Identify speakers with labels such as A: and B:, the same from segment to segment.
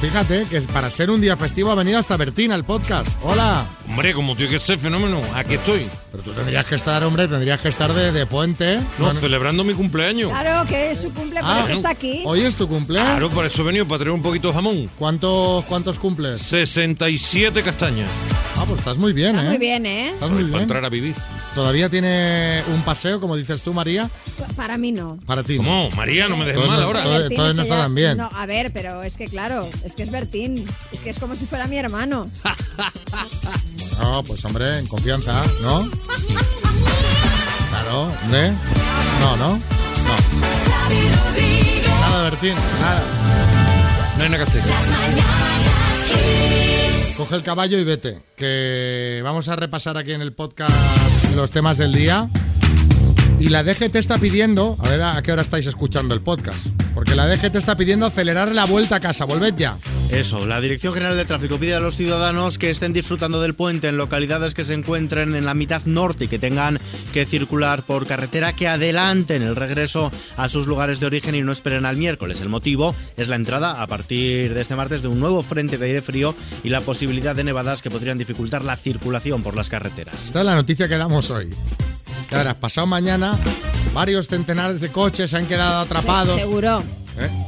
A: fíjate que para ser un día festivo ha venido hasta Bertín al podcast. Hola.
B: Hombre, como tío que ese fenómeno, aquí estoy.
A: Pero tú tendrías que estar, hombre, tendrías que estar de, de puente.
B: No, celebrando mi cumpleaños.
C: Claro, que es su cumple, por
A: Ah,
C: eso
A: no.
C: está aquí.
A: Hoy es tu cumpleaños.
B: Claro, por eso he venido, para traer un poquito de jamón.
A: ¿Cuántos, ¿Cuántos cumples?
B: 67 castañas.
A: Ah, pues estás muy bien,
C: Está
A: ¿eh?
C: muy bien, ¿eh?
A: Estás muy
B: Para
A: bien.
B: entrar a vivir.
A: Todavía tiene un paseo, como dices tú, María,
C: Para mí no.
A: para ti. ¿no?
B: ¿Cómo? María, no me dejes
A: Todo
B: mal
A: no-
B: ahora.
A: todo- Entonces- entonces eh, no
C: es que
A: está
C: ya-
A: tan bien.
C: No, a ver, pero es que claro, es que es Bertín. Es que es como si fuera mi hermano.
A: No, pues hombre, en confianza, ¿no? Claro, hombre. No, no. No. Nada, Bertín, nada.
B: No hay nada que hacer.
A: Coge el caballo y vete. Que vamos a repasar aquí en el podcast los temas del día. Y la DGT está pidiendo, a ver a qué hora estáis escuchando el podcast. Porque la DGT está pidiendo acelerar la vuelta a casa. Volved ya.
D: Eso, la Dirección General de Tráfico pide a los ciudadanos que estén disfrutando del puente en localidades que se encuentren en la mitad norte y que tengan que circular por carretera que adelanten el regreso a sus lugares de origen y no esperen al miércoles. El motivo es la entrada a partir de este martes de un nuevo frente de aire frío y la posibilidad de nevadas que podrían dificultar la circulación por las carreteras.
A: Esta es la noticia que damos hoy. Que habrás pasado mañana, varios centenares de coches se han quedado atrapados.
C: Se- seguro.
A: ¿Eh?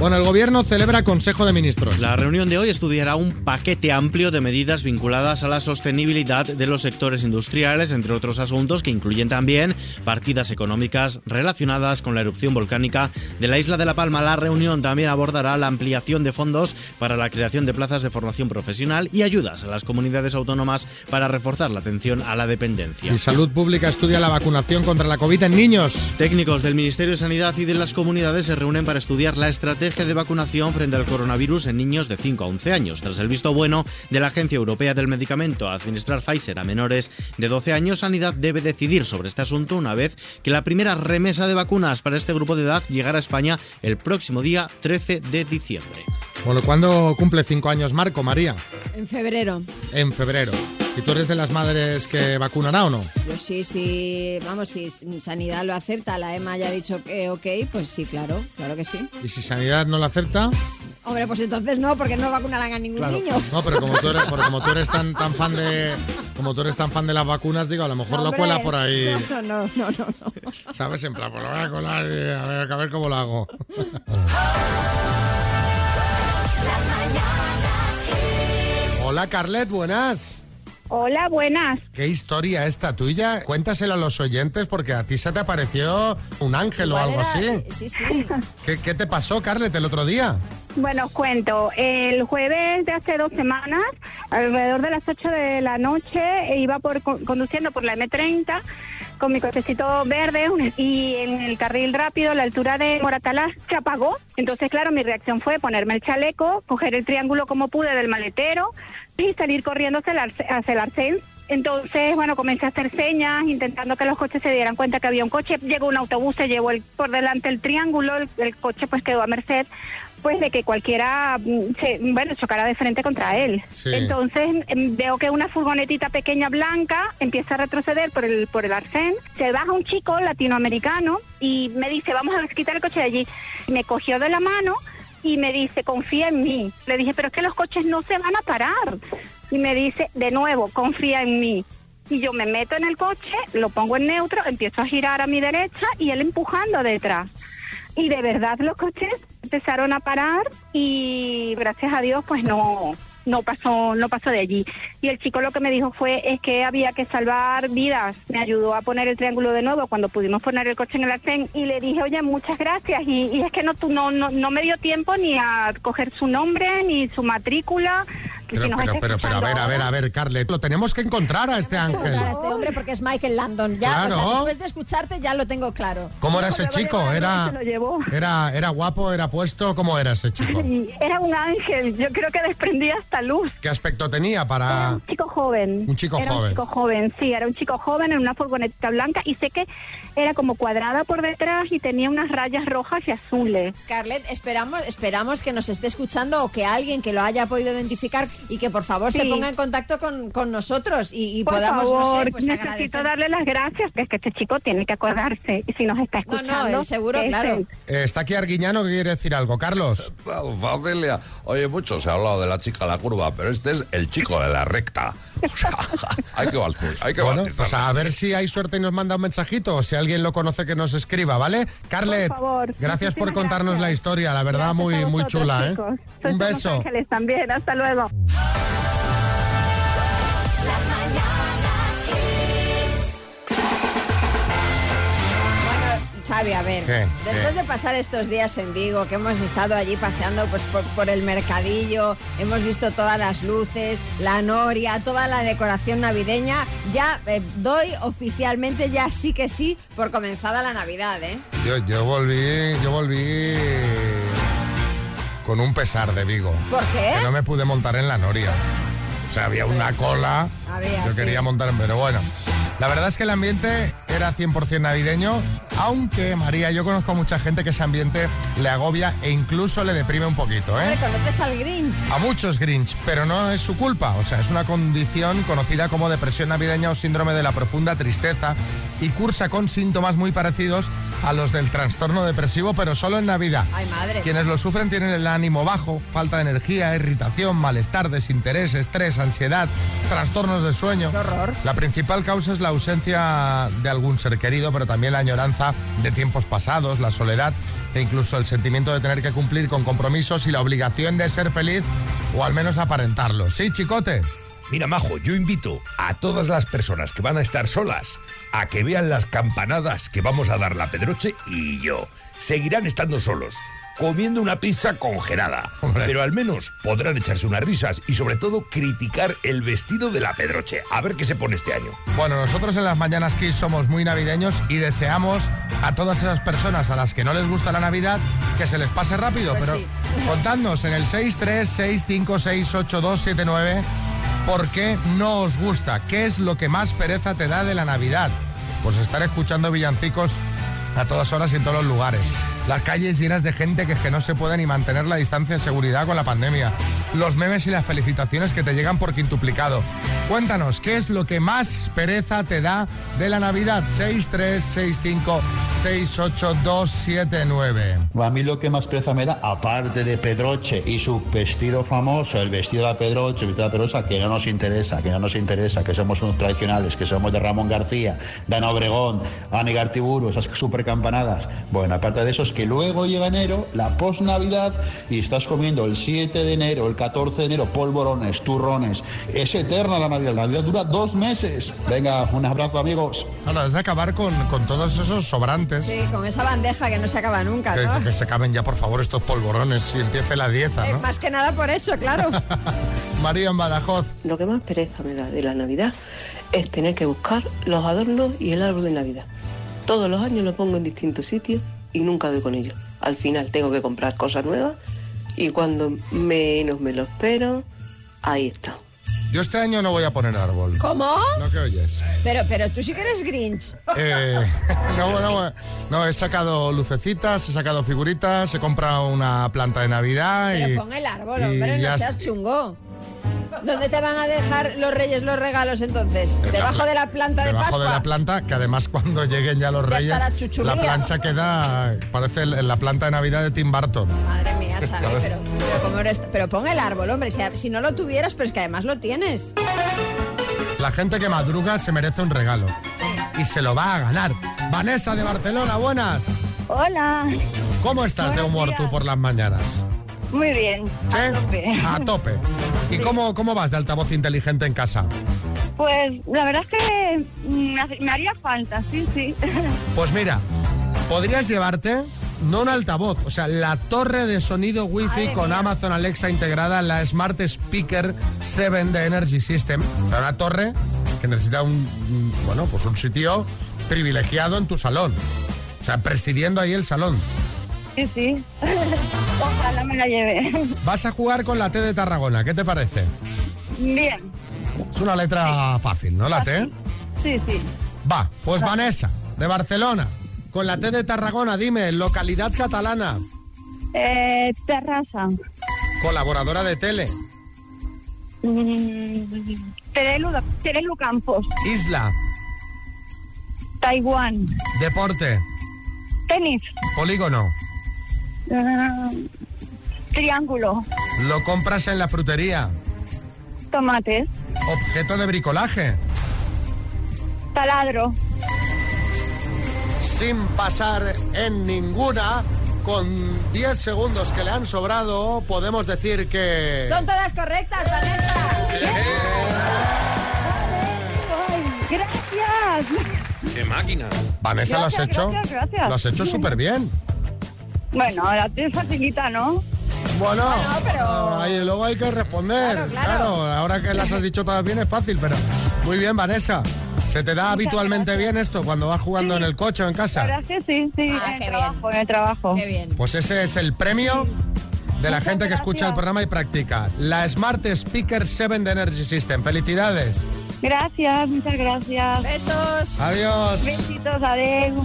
A: Bueno, el gobierno celebra Consejo de Ministros.
D: La reunión de hoy estudiará un paquete amplio de medidas vinculadas a la sostenibilidad de los sectores industriales, entre otros asuntos que incluyen también partidas económicas relacionadas con la erupción volcánica de la isla de La Palma. La reunión también abordará la ampliación de fondos para la creación de plazas de formación profesional y ayudas a las comunidades autónomas para reforzar la atención a la dependencia.
A: Y Salud Pública estudia la vacunación contra la COVID en niños.
D: Técnicos del Ministerio de Sanidad y de las comunidades se reúnen para estudiar la estrategia de vacunación frente al coronavirus en niños de 5 a 11 años, tras el visto bueno de la Agencia Europea del Medicamento a administrar Pfizer a menores de 12 años. Sanidad debe decidir sobre este asunto una vez que la primera remesa de vacunas para este grupo de edad llegará a España el próximo día 13 de diciembre.
A: Bueno, ¿cuándo cumple cinco años Marco, María?
C: En febrero.
A: En febrero. ¿Y tú eres de las madres que vacunará o no?
C: Yo Pues sí, sí. Vamos, si Sanidad lo acepta, la EMA ya ha dicho que ok, pues sí, claro, claro que sí.
A: Y si Sanidad no la acepta,
C: Hombre, pues entonces no, porque no vacunarán a ningún niño.
A: no, pero como tú eres, porque como tú eres tan, tan fan de. Como tú eres tan fan de las vacunas, digo, a lo mejor
C: No,
A: lo
C: hombre.
A: cuela por ahí.
C: No, no, no, no, no.
A: ¿Sabes? En plan, pues lo voy a colar y a ver, a ver cómo lo hago. Hola Carlet, buenas.
E: Hola, buenas.
A: Qué historia esta tuya. Cuéntaselo a los oyentes porque a ti se te apareció un ángel o
C: Igual
A: algo
C: era-
A: así.
C: eh, Sí, sí.
A: ¿Qué, qué te pasó, Carlet, el otro día?
E: Bueno, os cuento. El jueves de hace dos semanas, alrededor de las 8 de la noche, iba por, co- conduciendo por la M30 con mi cochecito verde un- y en el carril rápido, a la altura de Moratalá, se apagó. Entonces, claro, mi reacción fue ponerme el chaleco, coger el triángulo como pude del maletero y salir corriendo hacia el Arce- hacia el arcén. Entonces, bueno, comencé a hacer señas, intentando que los coches se dieran cuenta que había un coche. Llegó un autobús, se llevó el- por delante el triángulo, el, el coche pues quedó a merced, pues de que cualquiera, mm, se- bueno, chocara de frente contra él.
A: Sí.
E: Entonces em, veo que una furgonetita pequeña blanca empieza a retroceder por el, por el arcén, se baja un chico latinoamericano y me dice, vamos a quitar el coche de allí. Me cogió de la mano y me dice, confía en mí. Le dije, pero es que los coches no se van a parar. Y me dice, de nuevo, confía en mí. Y yo me meto en el coche, lo pongo en neutro, empiezo a girar a mi derecha y él empujando detrás. Y de verdad los coches empezaron a parar y gracias a Dios pues no no pasó no pasó de allí. Y el chico lo que me dijo fue es que había que salvar vidas. Me ayudó a poner el triángulo de nuevo cuando pudimos poner el coche en el arcén y le dije, "Oye, muchas gracias." Y, y es que no, tú- no no no me dio tiempo ni a coger su nombre ni su matrícula. que
A: Pero,
E: si nos
A: pero,
E: está
A: pero, pero, a ver, a ver, a ver, Carlet. Lo tenemos que encontrar a este
C: Tengo
A: ángel.
C: claro a este hombre porque es Michael Landon. Ya, o sea,
A: Claro.
C: después de escucharte ya lo tengo claro.
A: ¿Cómo era ese
E: Lo llevó
A: chico?
E: llevando,
A: Era,
E: se lo llevó.
A: era, era guapo, era puesto. ¿Cómo era ese chico?
E: Y era un ángel, yo creo que desprendía hasta luz.
A: ¿Qué aspecto tenía
E: Era
A: para...?
E: un chico joven.
A: Ah. Un chico
E: Era
A: joven.
E: Un chico joven, sí, era un chico joven en una furgoneta blanca y sé que era como cuadrada por detrás y tenía unas rayas rojas y azules.
C: Carlet, esperamos, esperamos que nos esté escuchando o que alguien que lo haya podido identificar y que por favor se
E: Sí.
C: ponga en contacto con, con nosotros y, y
E: Por
C: podamos, no
E: favor,
C: sé, pues
E: necesito
C: agradecer.
E: darle las gracias. Es que este chico tiene que acordarse. Y si nos está
C: No, no, él
E: escuchando. este,
C: seguro,
E: es
C: claro.
E: él.
A: Eh, está aquí Arguiñano que quiere decir algo. Carlos.
F: Vamos, familia. Oye, mucho se ha hablado de la chica de la curva, pero este es el chico de la recta. O sea, hay que batir, hay que
A: Bueno,
F: batir.
A: pues a ver si hay suerte y nos manda un mensajito o si alguien lo conoce que nos escriba, ¿vale? Carlet,
E: Por favor,
A: gracias por
E: muchísimas
A: contarnos
E: gracias.
A: la historia, la verdad
E: Gracias
A: muy
E: a
A: muy
E: vosotros,
A: chula, ¿eh?
E: chicos. Sois
A: Un
E: unos
A: beso.
E: ángeles también. Hasta luego.
C: Bueno, Xavi, a ver,
A: ¿Qué?
C: después de pasar estos días en Vigo, que hemos estado allí paseando pues, por, por el mercadillo, hemos visto todas las luces, la noria, toda la decoración navideña, ya eh, doy oficialmente, ya sí que sí, por comenzada la Navidad, ¿eh?
A: Yo, yo volví, yo volví con un pesar de Vigo.
C: ¿Por qué?
A: Que no me pude montar en la noria. O sea, había una cola.
C: Había,
A: yo
C: sí.
A: quería montar, pero bueno. La verdad es que el ambiente era 100% navideño, aunque María, yo conozco a mucha gente que ese ambiente le agobia e incluso le deprime un poquito, ¿eh?
C: Hombre, conoces al Grinch.
A: A muchos Grinch, pero no es su culpa. O sea, es una condición conocida como depresión navideña o síndrome de la profunda tristeza y cursa con síntomas muy parecidos a los del trastorno depresivo, pero solo en Navidad.
C: Ay, madre.
A: Quienes lo sufren tienen el ánimo bajo, falta de energía, irritación, malestar, desinterés, estrés, ansiedad, trastornos de sueño.
C: Qué horror.
A: La principal causa es la ausencia de algún ser querido, pero también la añoranza de tiempos pasados, la soledad e incluso el sentimiento de tener que cumplir con compromisos y la obligación de ser feliz o al menos aparentarlo. Sí, chicote.
F: Mira, Majo, yo invito a todas las personas que van a estar solas a que vean las campanadas que vamos a dar la Pedroche y yo. Seguirán estando solos, comiendo una pizza congelada.
A: Hombre.
F: Pero al menos podrán echarse unas risas y sobre todo criticar el vestido de la Pedroche. A ver qué se pone este año.
A: Bueno, nosotros en las Mañanas Kiss somos muy navideños y deseamos a todas esas personas a las que no les gusta la Navidad que se les pase rápido.
C: Pues
A: pero
C: sí.
A: contadnos en el 636568279 por qué no os gusta, qué es lo que más pereza te da de la Navidad. Pues estar escuchando villancicos a todas horas y en todos los lugares. Las calles llenas de gente que es que no se puede ni mantener la distancia de seguridad con la pandemia. Los memes y las felicitaciones que te llegan por quintuplicado. Cuéntanos, ¿qué es lo que más pereza te da de la Navidad? 636568279.
G: A mí lo que más preza me da, aparte de Pedroche y su vestido famoso, el vestido de la Pedroche, el vestido de la Pedrosa, que no nos interesa, que no nos interesa, que somos unos tradicionales, que somos de Ramón García, Dana Obregón, Ani Gartiburu, esas supercampanadas. Bueno, aparte de eso es que luego llega enero, la post-Navidad, y estás comiendo el 7 de enero, el 14 de enero, polvorones, turrones. Es eterna la Navidad, la Navidad dura dos meses. Venga, un abrazo amigos.
A: Ahora, es de acabar con, con todos esos sobrantes.
C: Sí, con esa bandeja que no se acaba nunca,
A: Que,
C: ¿no?
A: que se acaben ya, por favor, estos polvorones y empiece la dieta,
C: Eh,
A: ¿no?
C: más que nada por eso, claro.
A: María en Badajoz.
H: Lo que más pereza me da de la Navidad es tener que buscar los adornos y el árbol de Navidad. Todos los años lo pongo en distintos sitios y nunca doy con ellos. Al final tengo que comprar cosas nuevas y cuando menos me lo espero, ahí está.
A: Yo este año no voy a poner árbol.
C: ¿Cómo?
A: ¿No que oyes?
C: Pero, pero tú sí que eres Grinch.
A: Eh, no, no, no, he sacado lucecitas, he sacado figuritas, he comprado una planta de Navidad y...
C: Pero pon el árbol,
A: y
C: hombre,
A: ya
C: no seas chungo. ¿Dónde te van a dejar los reyes los regalos entonces?
A: En la
C: ¿Debajo
A: pla-
C: de la planta de
A: pues, Debajo
C: Pascua?
A: de la planta, que además cuando lleguen ya los
C: Ya
A: reyes,
C: estará chuchurría.
A: la plancha queda, parece el- la planta de Navidad de Tim Burton.
C: Madre mía, Xavi, pero, pero, ¿cómo eres? pero pon el árbol, hombre. Si, si no lo tuvieras, pero es que además lo tienes.
A: La gente que madruga se merece un regalo y se lo va a ganar. Vanessa de Barcelona, buenas.
E: Hola.
A: ¿Cómo estás de
E: Buenos
A: humor tú
E: días.
A: por las mañanas?
E: Muy bien. a
A: ¿Sí? Ah.
E: tope.
A: A tope. ¿Y cómo, cómo vas de altavoz inteligente en casa?
E: Pues la verdad es que mm, me hace- me haría falta, sí, sí.
A: Pues mira, podrías llevarte no un altavoz, o sea, la torre de sonido Wi-Fi
C: Madre
A: con
C: mía.
A: Amazon Alexa integrada, la Smart Speaker 7 de Energy System. O sea, una torre que necesita un, mm, bueno, pues un sitio privilegiado en tu salón. O sea, presidiendo ahí el salón.
E: Sí, sí. Ojalá me la lleve.
A: Vas a jugar con la T de Tarragona, ¿qué te parece?
E: Bien.
A: Es una letra fácil, ¿no? La T.
E: Sí, sí.
A: Va, pues Vanessa, de Barcelona. Con la T de Tarragona, dime, localidad catalana,
E: Eh, terraza.
A: colaboradora de tele.
E: Mm, Terelu, Terelu Campos,
A: Isla,
E: Taiwán,
A: deporte,
E: tenis,
A: polígono.
E: mm, triángulo,
A: Lo compras en la frutería.
E: tomates,
A: Objeto de bricolaje.
E: taladro,
A: Sin pasar en ninguna. Con 10 segundos que le han sobrado, podemos decir que...
C: Son todas correctas, Vanessa.
E: ¡Ay, gracias!
B: ¡Qué máquina!
A: Vanessa, lo has
E: Gracias,
A: hecho...
E: gracias, gracias.
A: Lo has hecho súper bien.
E: Bueno, ahora te facilita, ¿no?
C: Bueno,
A: Bueno,
C: pero-
A: ahí luego hay que responder. Claro,
C: Claro, claro.
A: ahora que las has dicho todas bien es fácil, pero muy bien, Vanessa. ¿Se te da habitualmente bien esto cuando vas jugando en el coche o en
E: La
A: casa?
E: verdad es que sí, sí,
C: Ah,
E: en,
C: qué bien.
E: el trabajo, en el trabajo.
C: Qué bien.
A: Pues ese es el premio de la
E: Muchas
A: gente que escucha
E: gracias.
A: el programa y practica. La Smart Speaker 7 de Energy System. Felicidades.
E: Gracias, muchas gracias.
C: Besos.
A: Ah, Adiós.
E: Besitos, adiós.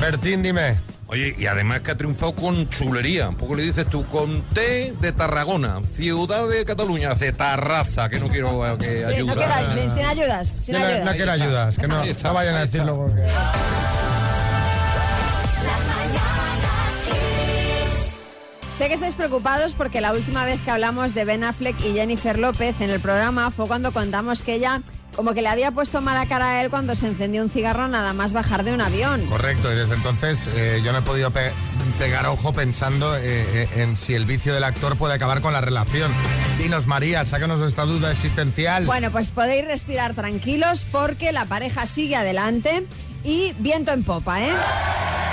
A: Bertín, dime.
B: Oye, y además que ha triunfado con chulería. Un poco le dices tú, con T de Tarragona, ciudad de Cataluña, de Tarraza, que no quiero eh, que
C: Sí, no
B: ayuda.
C: queráis, sin, sin ayudas, sin
A: Yo no,
C: ayudas.
A: no quiero ayudas, que no,
B: Ahí está,
A: no vayan a
B: ahí
A: decir
B: está.
A: luego que-
C: Sé que estáis preocupados porque la última vez que hablamos de Ben Affleck y Jennifer López en el programa fue cuando contamos que ella como que le había puesto mala cara a él cuando se encendió un cigarro nada más bajar de un avión.
A: Correcto, y desde entonces eh, yo no he podido pe- pegar ojo pensando eh, eh, en si el vicio del actor puede acabar con la relación. Dinos, María, sácanos de esta duda existencial.
C: Bueno, pues podéis respirar tranquilos porque la pareja sigue adelante y viento en popa, ¿eh?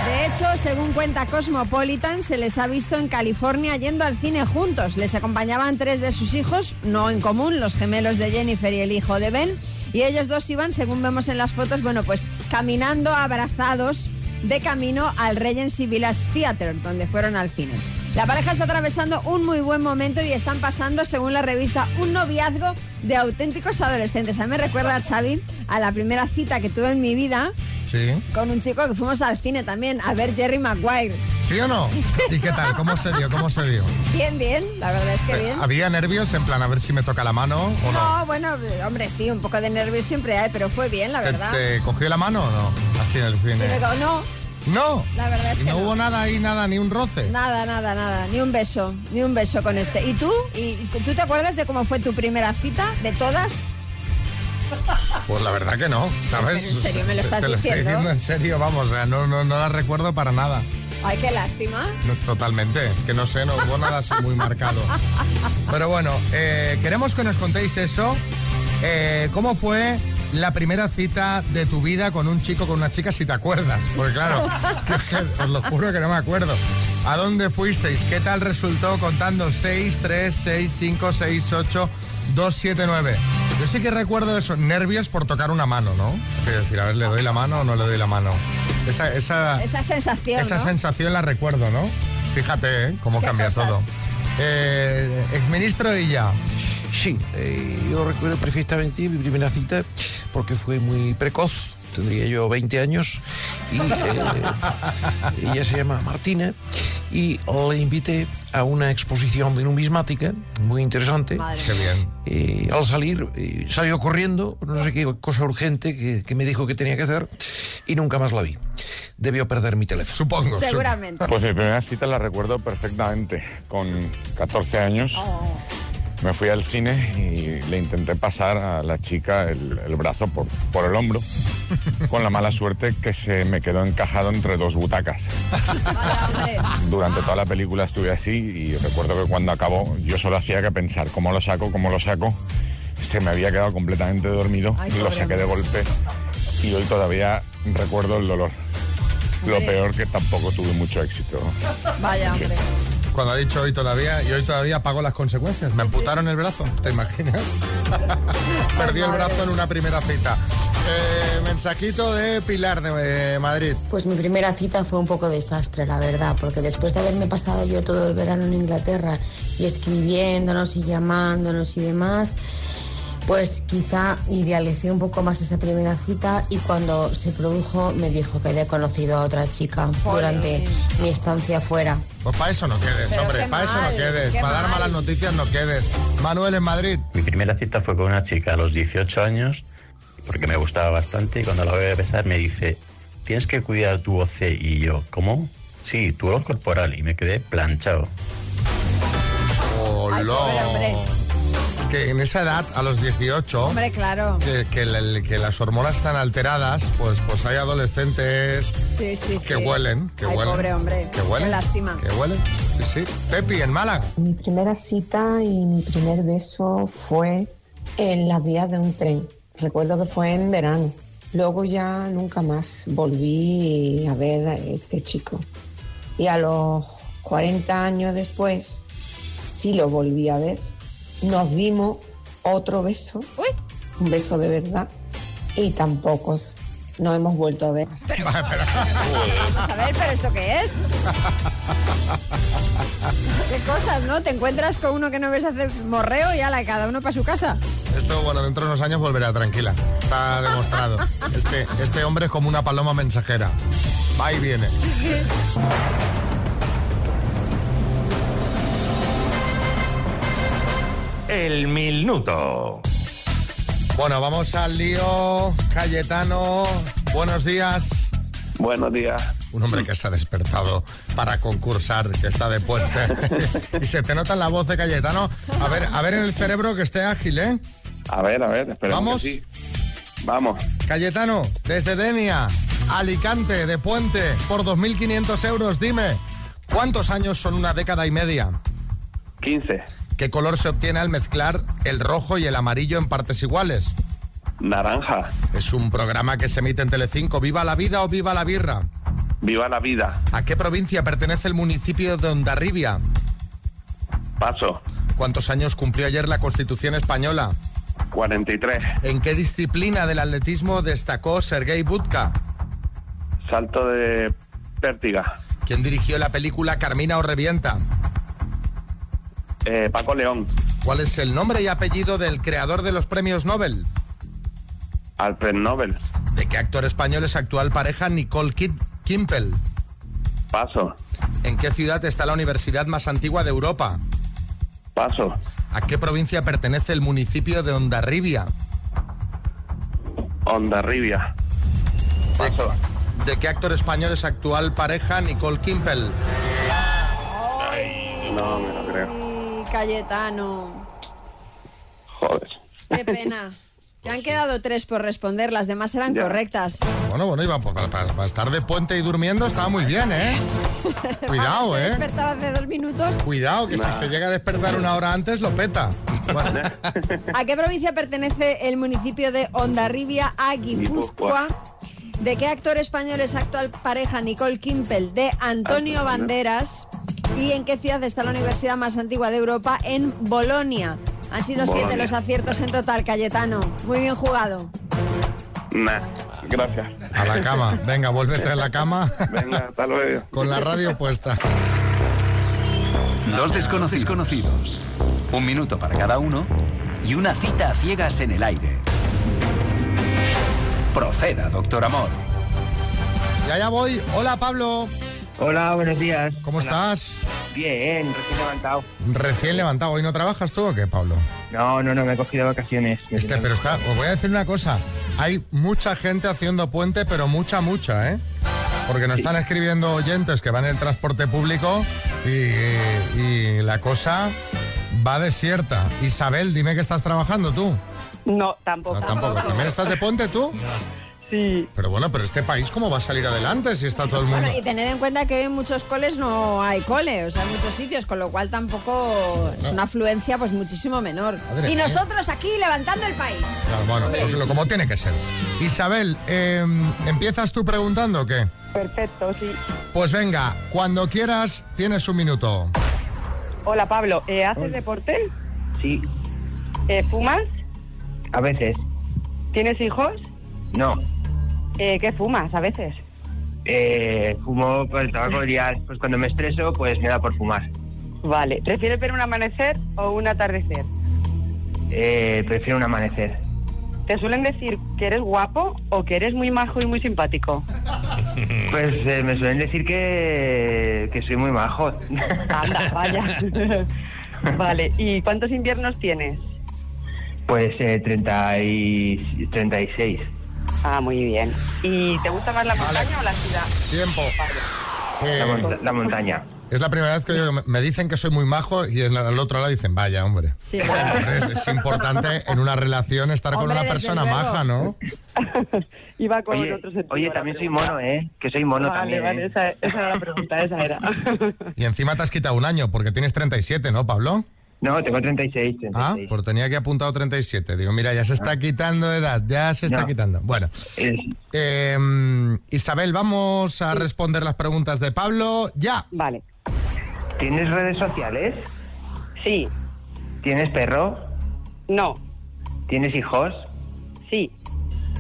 C: De hecho, según cuenta Cosmopolitan, se les ha visto en California yendo al cine juntos. Les acompañaban tres de sus hijos, no en común, los gemelos de Jennifer y el hijo de Ben. Y ellos dos iban, según vemos en las fotos, bueno, pues caminando abrazados de camino al Regency Village Theater, donde fueron al cine. La pareja está atravesando un muy buen momento y están pasando, según la revista, un noviazgo de auténticos adolescentes. A mí me recuerda, Xavi, a la primera cita que tuve en mi vida
A: ¿Sí?
C: con un chico que fuimos al cine también a ver Jerry Maguire.
A: ¿Sí o no? ¿Y qué tal? ¿Cómo se dio? ¿Cómo se dio?
C: Bien, bien, la verdad es que bien.
A: ¿Había nervios en plan a ver si me toca la mano o Eh, no?
C: No, bueno, hombre, sí, un poco de nervios siempre hay, pero fue bien, la
A: ¿Te,
C: verdad.
A: te cogió la mano o no? Así en el
C: Sí,
A: cine.
C: me co- no,
A: No.
C: La verdad es
A: ¿Y
C: que
A: no
C: no.
A: hubo nada ahí, nada, ni un roce.
C: nada, nada, nada, ni un beso, ni un beso con este. ¿Y tú? ¿Y tú te acuerdas de cómo fue tu primera cita de todas?
A: Pues la verdad que no, ¿sabes?
C: pero en serio, ¿me lo estás
A: Te lo estoy
C: diciendo?
A: diciendo en serio, vamos, o sea, no, no, no la recuerdo para nada.
C: Ay, qué lástima.
A: No, totalmente, es que no sé, no hubo nada así muy marcado. Pero bueno, eh, queremos que nos contéis eso. Eh, ¿Cómo fue la primera cita de tu vida con un chico, con una chica, si te acuerdas? Porque claro, es que os lo juro que no me acuerdo. ¿A dónde fuisteis? ¿Qué tal resultó contando 6, 3, 6, 5, 6, 8, 2, 7, 9? Yo sí que recuerdo eso, nervios por tocar una mano, ¿no? Quiero decir, a ver, ¿le doy la mano o no le doy la mano? Esa, esa,
C: Esa sensación,
A: esa
C: ¿no?
A: sensación la recuerdo, ¿no? Fíjate ¿eh? cómo
C: Qué
A: cambia
C: cosas.
A: todo. Eh, exministro y ya.
B: Sí, eh, yo recuerdo perfectamente mi primera cita porque fue muy precoz. Tendría yo 20 años y eh, ella se llama Martina y le invité a una exposición de numismática muy interesante.
C: Madre
A: Qué bien.
B: Eh, al salir, eh, salió corriendo, no sé qué cosa urgente que, que me dijo que tenía que hacer y nunca más la vi. Debió perder mi teléfono.
A: Supongo.
C: Seguramente.
I: Pues mi primera cita la recuerdo perfectamente. Con 14 años
C: Oh.
I: me fui al cine y le intenté pasar a la chica el, el brazo por, por el hombro, con la mala suerte que se me quedó encajado entre dos butacas.
C: Vaya, hombre.
I: Durante toda la película estuve así y recuerdo que cuando acabó yo solo hacía que pensar cómo lo saco, cómo lo saco. Se me había quedado completamente dormido,
C: Ay,
I: lo
C: pobre
I: saqué de golpe y hoy todavía recuerdo el dolor. Lo
C: Hombre.
I: peor que tampoco tuve mucho éxito.
C: Vaya, hombre.
A: Cuando ha dicho hoy todavía, y hoy todavía pago las consecuencias. Me amputaron el brazo, ¿te imaginas? Perdí el brazo en una primera cita. Eh, mensajito de Pilar de eh, Madrid.
J: Pues mi primera cita fue un poco desastre, la verdad, porque después de haberme pasado yo todo el verano en Inglaterra y escribiéndonos y llamándonos y demás, pues quizá idealicé un poco más esa primera cita y cuando se produjo me dijo que había conocido a otra chica durante mi estancia fuera.
A: Pues para eso no quedes,
C: Pero
A: hombre,
C: qué
A: para eso no
C: mal,
A: quedes.
C: qué
A: Para dar
C: mal.
A: malas noticias no quedes. Manuel en Madrid.
K: Mi primera cita fue con una chica a los 18 años, porque me gustaba bastante, y cuando la voy a besar me dice, tienes que cuidar tu OC, y yo, ¿cómo? Sí, tu olor corporal, y me quedé planchado.
A: Hola.
C: pobre hombre.
A: Que en esa edad, a los 18,
C: Hombre, claro.
A: que, que la- que las hormonas están alteradas, pues, pues hay adolescentes
C: Sí, sí, sí.
A: que huelen, que
C: Ay,
A: huelen.
C: pobre hombre.
A: Que huelen.
C: Qué lástima.
A: Que huelen. Sí, sí. Pepi en Málaga.
J: Mi primera cita y mi primer beso fue en las vías de un tren. Recuerdo que fue en verano. Luego ya nunca más volví a ver a este chico. Y a los 40 años después sí lo volví a ver. Nos dimos otro beso,
C: Uy,
J: un beso de verdad, y tampoco nos hemos vuelto a ver.
C: vamos a ver, pero ¿esto qué es? Qué cosas, ¿no? Te encuentras con uno que no ves hace morreo y ala, cada uno para su casa.
A: Esto, bueno, dentro de unos años volverá tranquila. Está demostrado. Este, este hombre es como una paloma mensajera. Va y viene.
F: El minuto.
A: Bueno, vamos al lío. Cayetano, buenos días.
K: Buenos días.
A: Un hombre que se ha despertado para concursar, que está de puente. y se te nota en la voz de Cayetano. A ver, a ver en el cerebro que esté ágil, ¿eh?
K: A ver, a ver, esperemos
A: Vamos.
K: que sí. Vamos.
A: Cayetano, desde Denia, Alicante, de puente, por 2.500 euros, dime, ¿cuántos años son una década y media?
K: 15.
A: ¿Qué color se obtiene al mezclar el rojo y el amarillo en partes iguales?
K: Naranja.
A: Es un programa que se emite en Telecinco, Viva la vida o Viva la birra.
K: Viva la vida.
A: ¿A qué provincia pertenece el municipio de Ondarribia?
K: Paso.
A: ¿Cuántos años cumplió ayer la Constitución española?
K: 43.
A: ¿En qué disciplina del atletismo destacó Sergei Budka?
K: Salto de pértiga.
A: ¿Quién dirigió la película Carmina o Revienta?
K: Eh, Paco León.
A: ¿Cuál es el nombre y apellido del creador de los premios Nobel?
K: Alfred Nobel.
A: ¿De qué actor español es actual pareja Nicole Kid- Kimpel?
K: Paso.
A: ¿En qué ciudad está la universidad más antigua de Europa?
K: Paso.
A: ¿A qué provincia pertenece el municipio de Ondarribia?
K: Ondarribia. Paso.
A: ¿De qué actor español es actual pareja Nicole Kimpel?
K: No me lo creo.
C: Y Cayetano,
K: Joder.
C: qué pena. Te han quedado tres por responder, las demás eran
K: Ya.
C: correctas.
A: Bueno, bueno, Iván, pues para, para- para estar de puente y durmiendo estaba muy bien, ¿eh?
C: Vamos,
A: Cuidado,
C: se
A: ¿eh?
C: despertaba hace dos minutos.
A: Cuidado, que si
K: Nah.
A: se llega a despertar una hora antes, lo peta. Bueno,
C: ¿A qué provincia pertenece el municipio de Ondarribia a Guipúzcoa?
K: Guipúzcoa.
C: ¿De qué actor español es actual pareja Nicole Kimpel de Antonio Banderas? ¿Y en qué ciudad está la universidad más antigua de Europa? En Bolonia. Han sido siete
K: Bolonia.
C: los aciertos en total, Cayetano. Muy bien jugado.
K: Nah. Gracias.
A: a la cama. Venga, vuélvete a la cama
K: Venga, hasta luego.
A: con la radio puesta.
L: Dos desconocidos conocidos. Un minuto para cada uno y una cita a ciegas en el aire. Proceda, doctor Amor.
A: Ya, ya voy. Hola, Pablo.
K: Hola, buenos días.
A: ¿Cómo estás?
K: Bien, recién levantado.
A: Recién levantado. ¿Hoy no trabajas tú o qué, Pablo?
K: No, no, no, me he cogido vacaciones.
A: Este, pero está, os voy a decir una cosa. Hay mucha gente haciendo puente, pero mucha, mucha, ¿eh? Porque nos están escribiendo oyentes que van en el transporte público y, y la cosa va desierta. Isabel, dime que estás trabajando tú.
E: No,
A: No,
E: tampoco.
A: tampoco. ¿También estás de puente tú?
E: Sí.
A: Pero bueno, pero este país, ¿cómo va a salir adelante si está todo el mundo?
C: Bueno, y tened en cuenta que hoy en muchos coles no hay cole, o sea, en muchos sitios, con lo cual tampoco es una afluencia pues muchísimo menor.
A: Madre
C: y
A: mía.
C: nosotros aquí levantando el país.
A: Claro, bueno, lo- lo- como tiene que ser. Isabel, eh, ¿empiezas tú preguntando o qué?
E: Perfecto, sí.
A: Pues venga, cuando quieras, tienes un minuto.
E: Hola, Pablo. Eh, ¿Haces deporte?
K: Sí,
E: Eh, ¿Fumas?
K: a veces.
E: ¿Tienes hijos?
K: No.
E: Eh, ¿Qué fumas a veces?
K: Eh, fumo por el tabaco diario. Pues cuando me estreso, pues me da por fumar.
E: Vale. ¿Prefieres ver un amanecer o un atardecer?
M: Eh, prefiero un amanecer.
N: Te suelen decir que eres guapo o que eres muy majo y muy simpático.
M: Pues eh, me suelen decir que, que soy muy majo.
N: Anda, vaya. vale, ¿y cuántos inviernos tienes?
M: Pues eh, 30 y, 36.
N: Ah, muy bien. ¿Y te gusta más la montaña o la ciudad?
A: Tiempo. Eh,
M: La, monta- la montaña.
A: Es la primera vez que yo- me dicen que soy muy majo y en la- al otro lado dicen, vaya, hombre.
C: Sí,
A: Hombre, es, es importante en una relación estar
N: Hombre,
A: con una
N: desde
A: persona
N: luego.
A: maja, ¿no?
N: Iba con
M: Oye,
N: otro sentido.
M: oye, también soy mono, ¿eh? Que soy mono
N: vale,
M: también.
N: vale,
M: ¿eh?
N: esa, esa era la pregunta, esa era.
A: Y encima te has quitado un año porque tienes 37, ¿no, Pablo?
M: No, tengo 36.
A: Ah, pues tenía que apuntado 37. Digo, mira, ya se
N: Ah.
A: está quitando de edad, ya se está
M: No.
A: quitando. Bueno, eh, Isabel, vamos a responder las preguntas de Pablo ya.
N: Vale.
M: ¿Tienes redes sociales?
N: Sí.
M: ¿Tienes perro?
N: No.
M: ¿Tienes hijos?
N: Sí.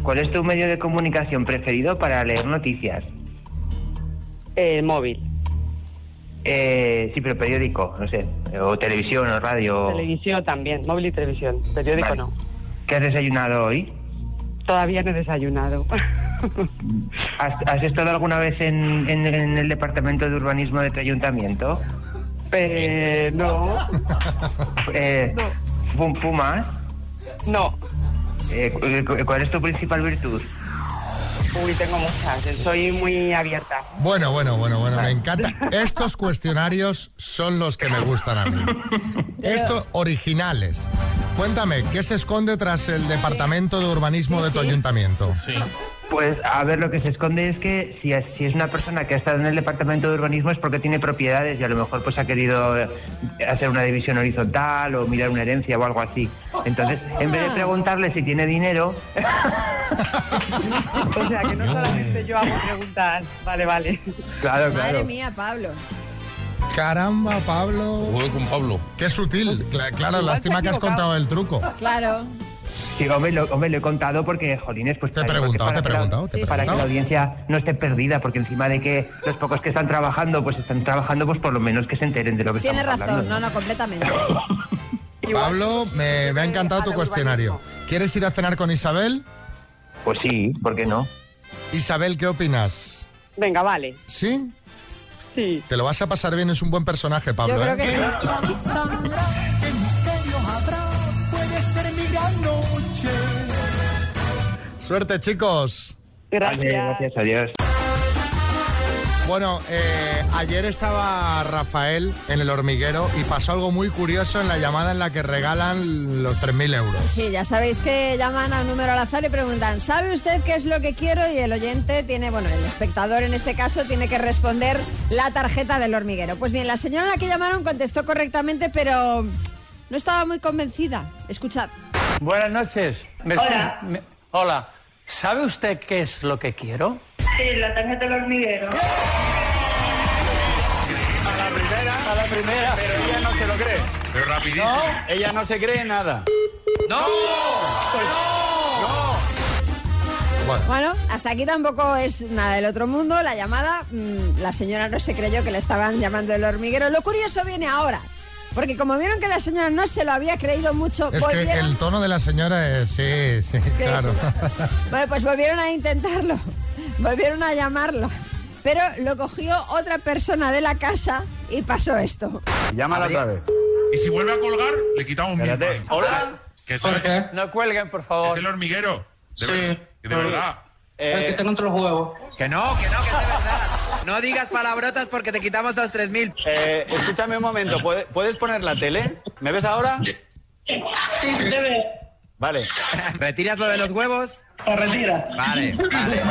M: ¿Cuál es tu medio de comunicación preferido para leer noticias?
N: El móvil,
M: Eh, sí, pero periódico, no sé. O televisión o
O: Oh.
M: radio.
N: televisión también, móvil y televisión, periódico
M: Vale.
N: no.
M: ¿Qué has desayunado hoy?
N: Todavía no he desayunado.
M: ¿Has, has estado alguna vez en, en- en el departamento de urbanismo de tu ayuntamiento?
N: Eh, no.
M: Eh, ¿fum- ¿Fumas?
N: No.
M: Eh, cu- cu- ¿Cuál es tu principal virtud?
N: Uy, tengo muchas, eh, soy muy abierta.
A: Bueno, bueno, bueno, bueno, me encanta. Estos cuestionarios son los que me gustan a mí. Estos originales. Cuéntame, ¿qué se esconde tras el departamento de urbanismo de tu ayuntamiento?
M: Pues a ver, lo que se esconde es que si es, si es una persona que ha estado en el departamento de urbanismo es porque tiene propiedades y a lo mejor pues ha querido eh, hacer una división horizontal o mirar una herencia o algo así. Entonces, en vez de preguntarle si tiene dinero, eh,
N: O sea, que no solamente yo hago preguntas. Vale, vale.
M: claro,
C: Madre mía, Pablo.
A: Caramba, Pablo. Juego con Pablo. Qué sutil. Cla- claro,
M: Igual
A: lástima
M: se ha
A: que has
M: equivocado.
A: contado el truco.
C: Claro.
M: Sí, hombre, lo, hombre, lo he contado porque, jolines, pues... Te he
A: preguntado, te he preguntado, te he
M: Para que
A: preguntado.
M: la audiencia no esté perdida, porque encima de que los pocos que están trabajando, pues están trabajando, pues por lo menos que se enteren de lo que
C: Tienes
M: estamos
C: razón,
M: hablando.
C: no, no, completamente.
A: Pablo, me, me ha encantado tu cuestionario. ¿Quieres ir a cenar con Isabel?
M: Pues sí, ¿por qué no?
A: Isabel, ¿qué opinas?
N: Venga, vale.
A: ¿Sí?
N: Sí.
A: Te lo vas a pasar bien, es un buen personaje, Pablo.
P: Yo creo
A: ¿eh?
P: que sí. Sandra, ¿qué misterio habrá? Puede ser mi gran noche.
A: Suerte, chicos.
N: Gracias.
M: Vale, gracias, Pues adiós.
A: Bueno, eh, ayer estaba Rafael en el hormiguero y pasó algo muy curioso en la llamada en la que regalan los 3.000 euros.
C: Sí, ya sabéis que llaman a un número al azar y preguntan, ¿sabe usted qué es lo que quiero? Y el oyente tiene, bueno, el espectador en este caso tiene que responder la tarjeta del hormiguero. Pues bien, la señora a la que llamaron contestó correctamente, pero no estaba muy convencida. Escuchad.
O: Buenas noches. hola. hola. ¿Sabe usted qué es lo que quiero?
Q: Sí, la tarjeta del hormiguero.
R: la primera, a la primera. Pero ella no se lo cree.
F: Pero rapidísimo.
R: Ella no se cree nada. ¡No! ¡No!
C: Bueno, hasta aquí tampoco es nada del otro mundo. La llamada, mm, la señora no se creyó que le estaban llamando el hormiguero. Lo curioso viene ahora, porque como vieron que la señora no se lo había creído mucho,
P: Pues
A: Es que
C: volvieron...
A: el tono de la señora es... Sí, sí,
C: sí.
A: claro.
C: Bueno, pues volvieron a intentarlo, volvieron a llamarlo, pero lo cogió otra persona de la casa y pasó esto.
R: Llámala otra vez.
S: Y si vuelve a colgar, le quitamos mil
R: Espérate.
S: más.
R: Hola.
S: Que soy-
O: No cuelguen, por favor.
S: Es el hormiguero. De
R: Sí.
S: verdad. De verdad.
R: Eh,
O: que tengo entre los huevos.
R: Que no, que no, que es de verdad. No digas palabrotas porque te quitamos los 3.000. Eh, escúchame un momento, ¿puede- ¿puedes poner la tele? ¿Me ves ahora?
Q: Sí, se te ve.
R: Vale. ¿Retiras lo de los huevos?
Q: O retira.
R: Vale, vale.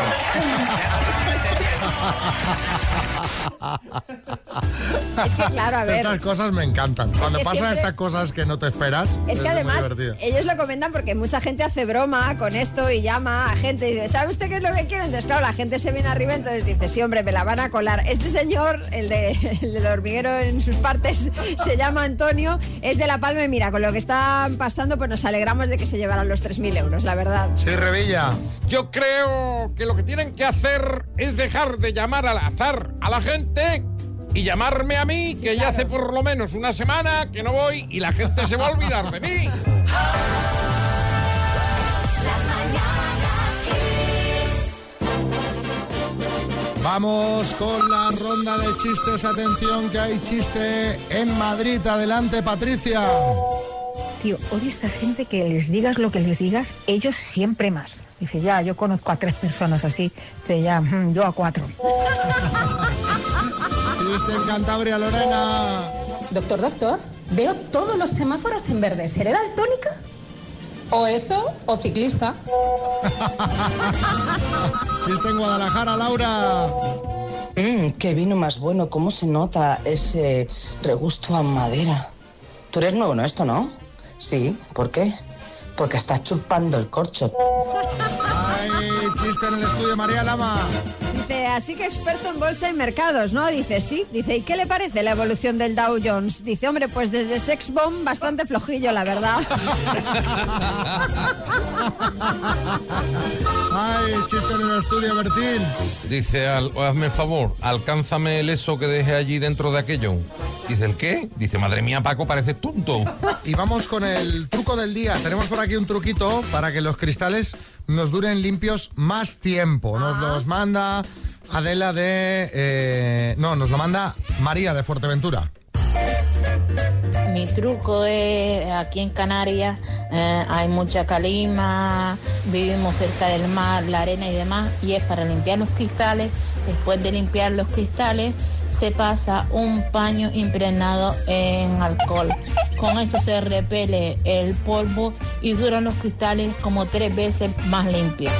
C: Es que claro, a ver.
A: Estas cosas me encantan. Cuando
C: que
A: pasan
C: siempre-
A: estas cosas que no te esperas,
C: Es que
A: muy
C: además
A: divertido.
C: ellos lo comentan porque mucha gente hace broma con esto y llama a gente y dice, ¿sabe usted qué es lo que quiero? Entonces, claro, la gente se viene arriba, entonces dice, sí, hombre, me la van a colar. Este señor, el, de, el del hormiguero en sus partes, se llama Antonio, es de La Palma y mira, con lo que están pasando, pues nos alegramos de que se llevaran los 3.000 euros, la verdad.
A: Sí, Revilla.
T: Yo creo que lo que tienen que hacer es dejar de llamar al azar a la gente y llamarme a mí, que ya hace por lo menos una semana que no voy y la gente se va a olvidar de mí.
A: Vamos con la ronda de chistes. Atención que hay chiste en Madrid. Adelante, Patricia.
U: Tío, odio esa gente que les digas lo que les digas, ellos siempre más. Dice, ya, yo conozco a tres personas así. Dice, ya, mm, yo a cuatro.
A: Chiste en Cantabria, Lorena.
V: Doctor, doctor, veo todos los semáforos en verde. ¿Seré daltónica? O eso, o ciclista.
A: Chiste en Guadalajara, Laura.
W: Mmm, qué vino más bueno, cómo se nota
B: Eh,
W: ese regusto a madera. Tú eres nuevo en esto, ¿no? Sí, ¿por qué? Porque estás chupando el corcho.
A: Hay chiste en el estudio, María Lama.
C: Dice, así que experto en bolsa y mercados, ¿no? Dice, sí. Dice, ¿y qué le parece la evolución del Dow Jones? Dice, hombre, pues desde Sex Bomb bastante flojillo, la verdad.
A: Hay chiste en el estudio, Bertín.
B: Dice, al- hazme el favor, alcánzame el eso que dejé allí dentro de aquello. Dice, ¿el qué? Dice, madre mía, Paco, pareces tonto.
A: Y vamos con el truco del día. Tenemos por aquí un truquito para que los cristales nos duren limpios más tiempo.
C: Ah.
A: Nos los manda Adela de... eh, no, nos lo manda María de Fuerteventura.
X: Mi truco es aquí en Canarias, eh, hay mucha calima, vivimos cerca del mar, la arena y demás, y es para limpiar los cristales. Después de limpiar los cristales, se pasa un paño impregnado en alcohol. Con eso se repele el polvo y duran los cristales como tres veces más limpios.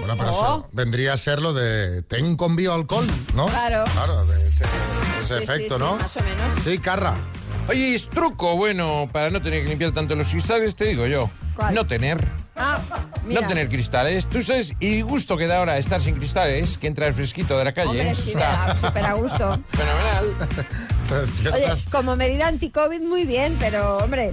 A: Bueno, pero
C: Oh.
A: eso vendría a ser lo de ten con bioalcohol, ¿no?
C: Claro.
A: Claro, de
C: Sí,
A: ese, ese
C: sí,
A: efecto,
C: sí,
A: ¿no?
C: más o menos.
A: Sí, Carra.
B: Oye, es truco, bueno, para no tener que limpiar tanto los cristales, te digo yo.
C: ¿Cuál?
B: No tener.
C: Ah, mira.
B: No tener cristales. Tú sabes, y gusto que da ahora estar sin cristales, que entra el fresquito de la calle. ¿eh?
C: Hombre,
B: Eso
C: sí,
B: está
C: da súper a gusto.
B: Fenomenal.
C: Oye, como medida anti-COVID muy bien, pero hombre,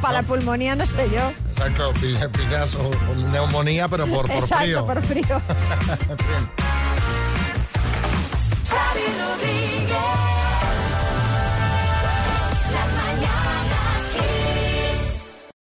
C: para la pulmonía no sé yo.
A: Exacto, pilla- pillas o- o neumonía, pero por, por
C: Exacto,
A: frío.
C: por frío.
A: Bien.
P: Javi Rodríguez.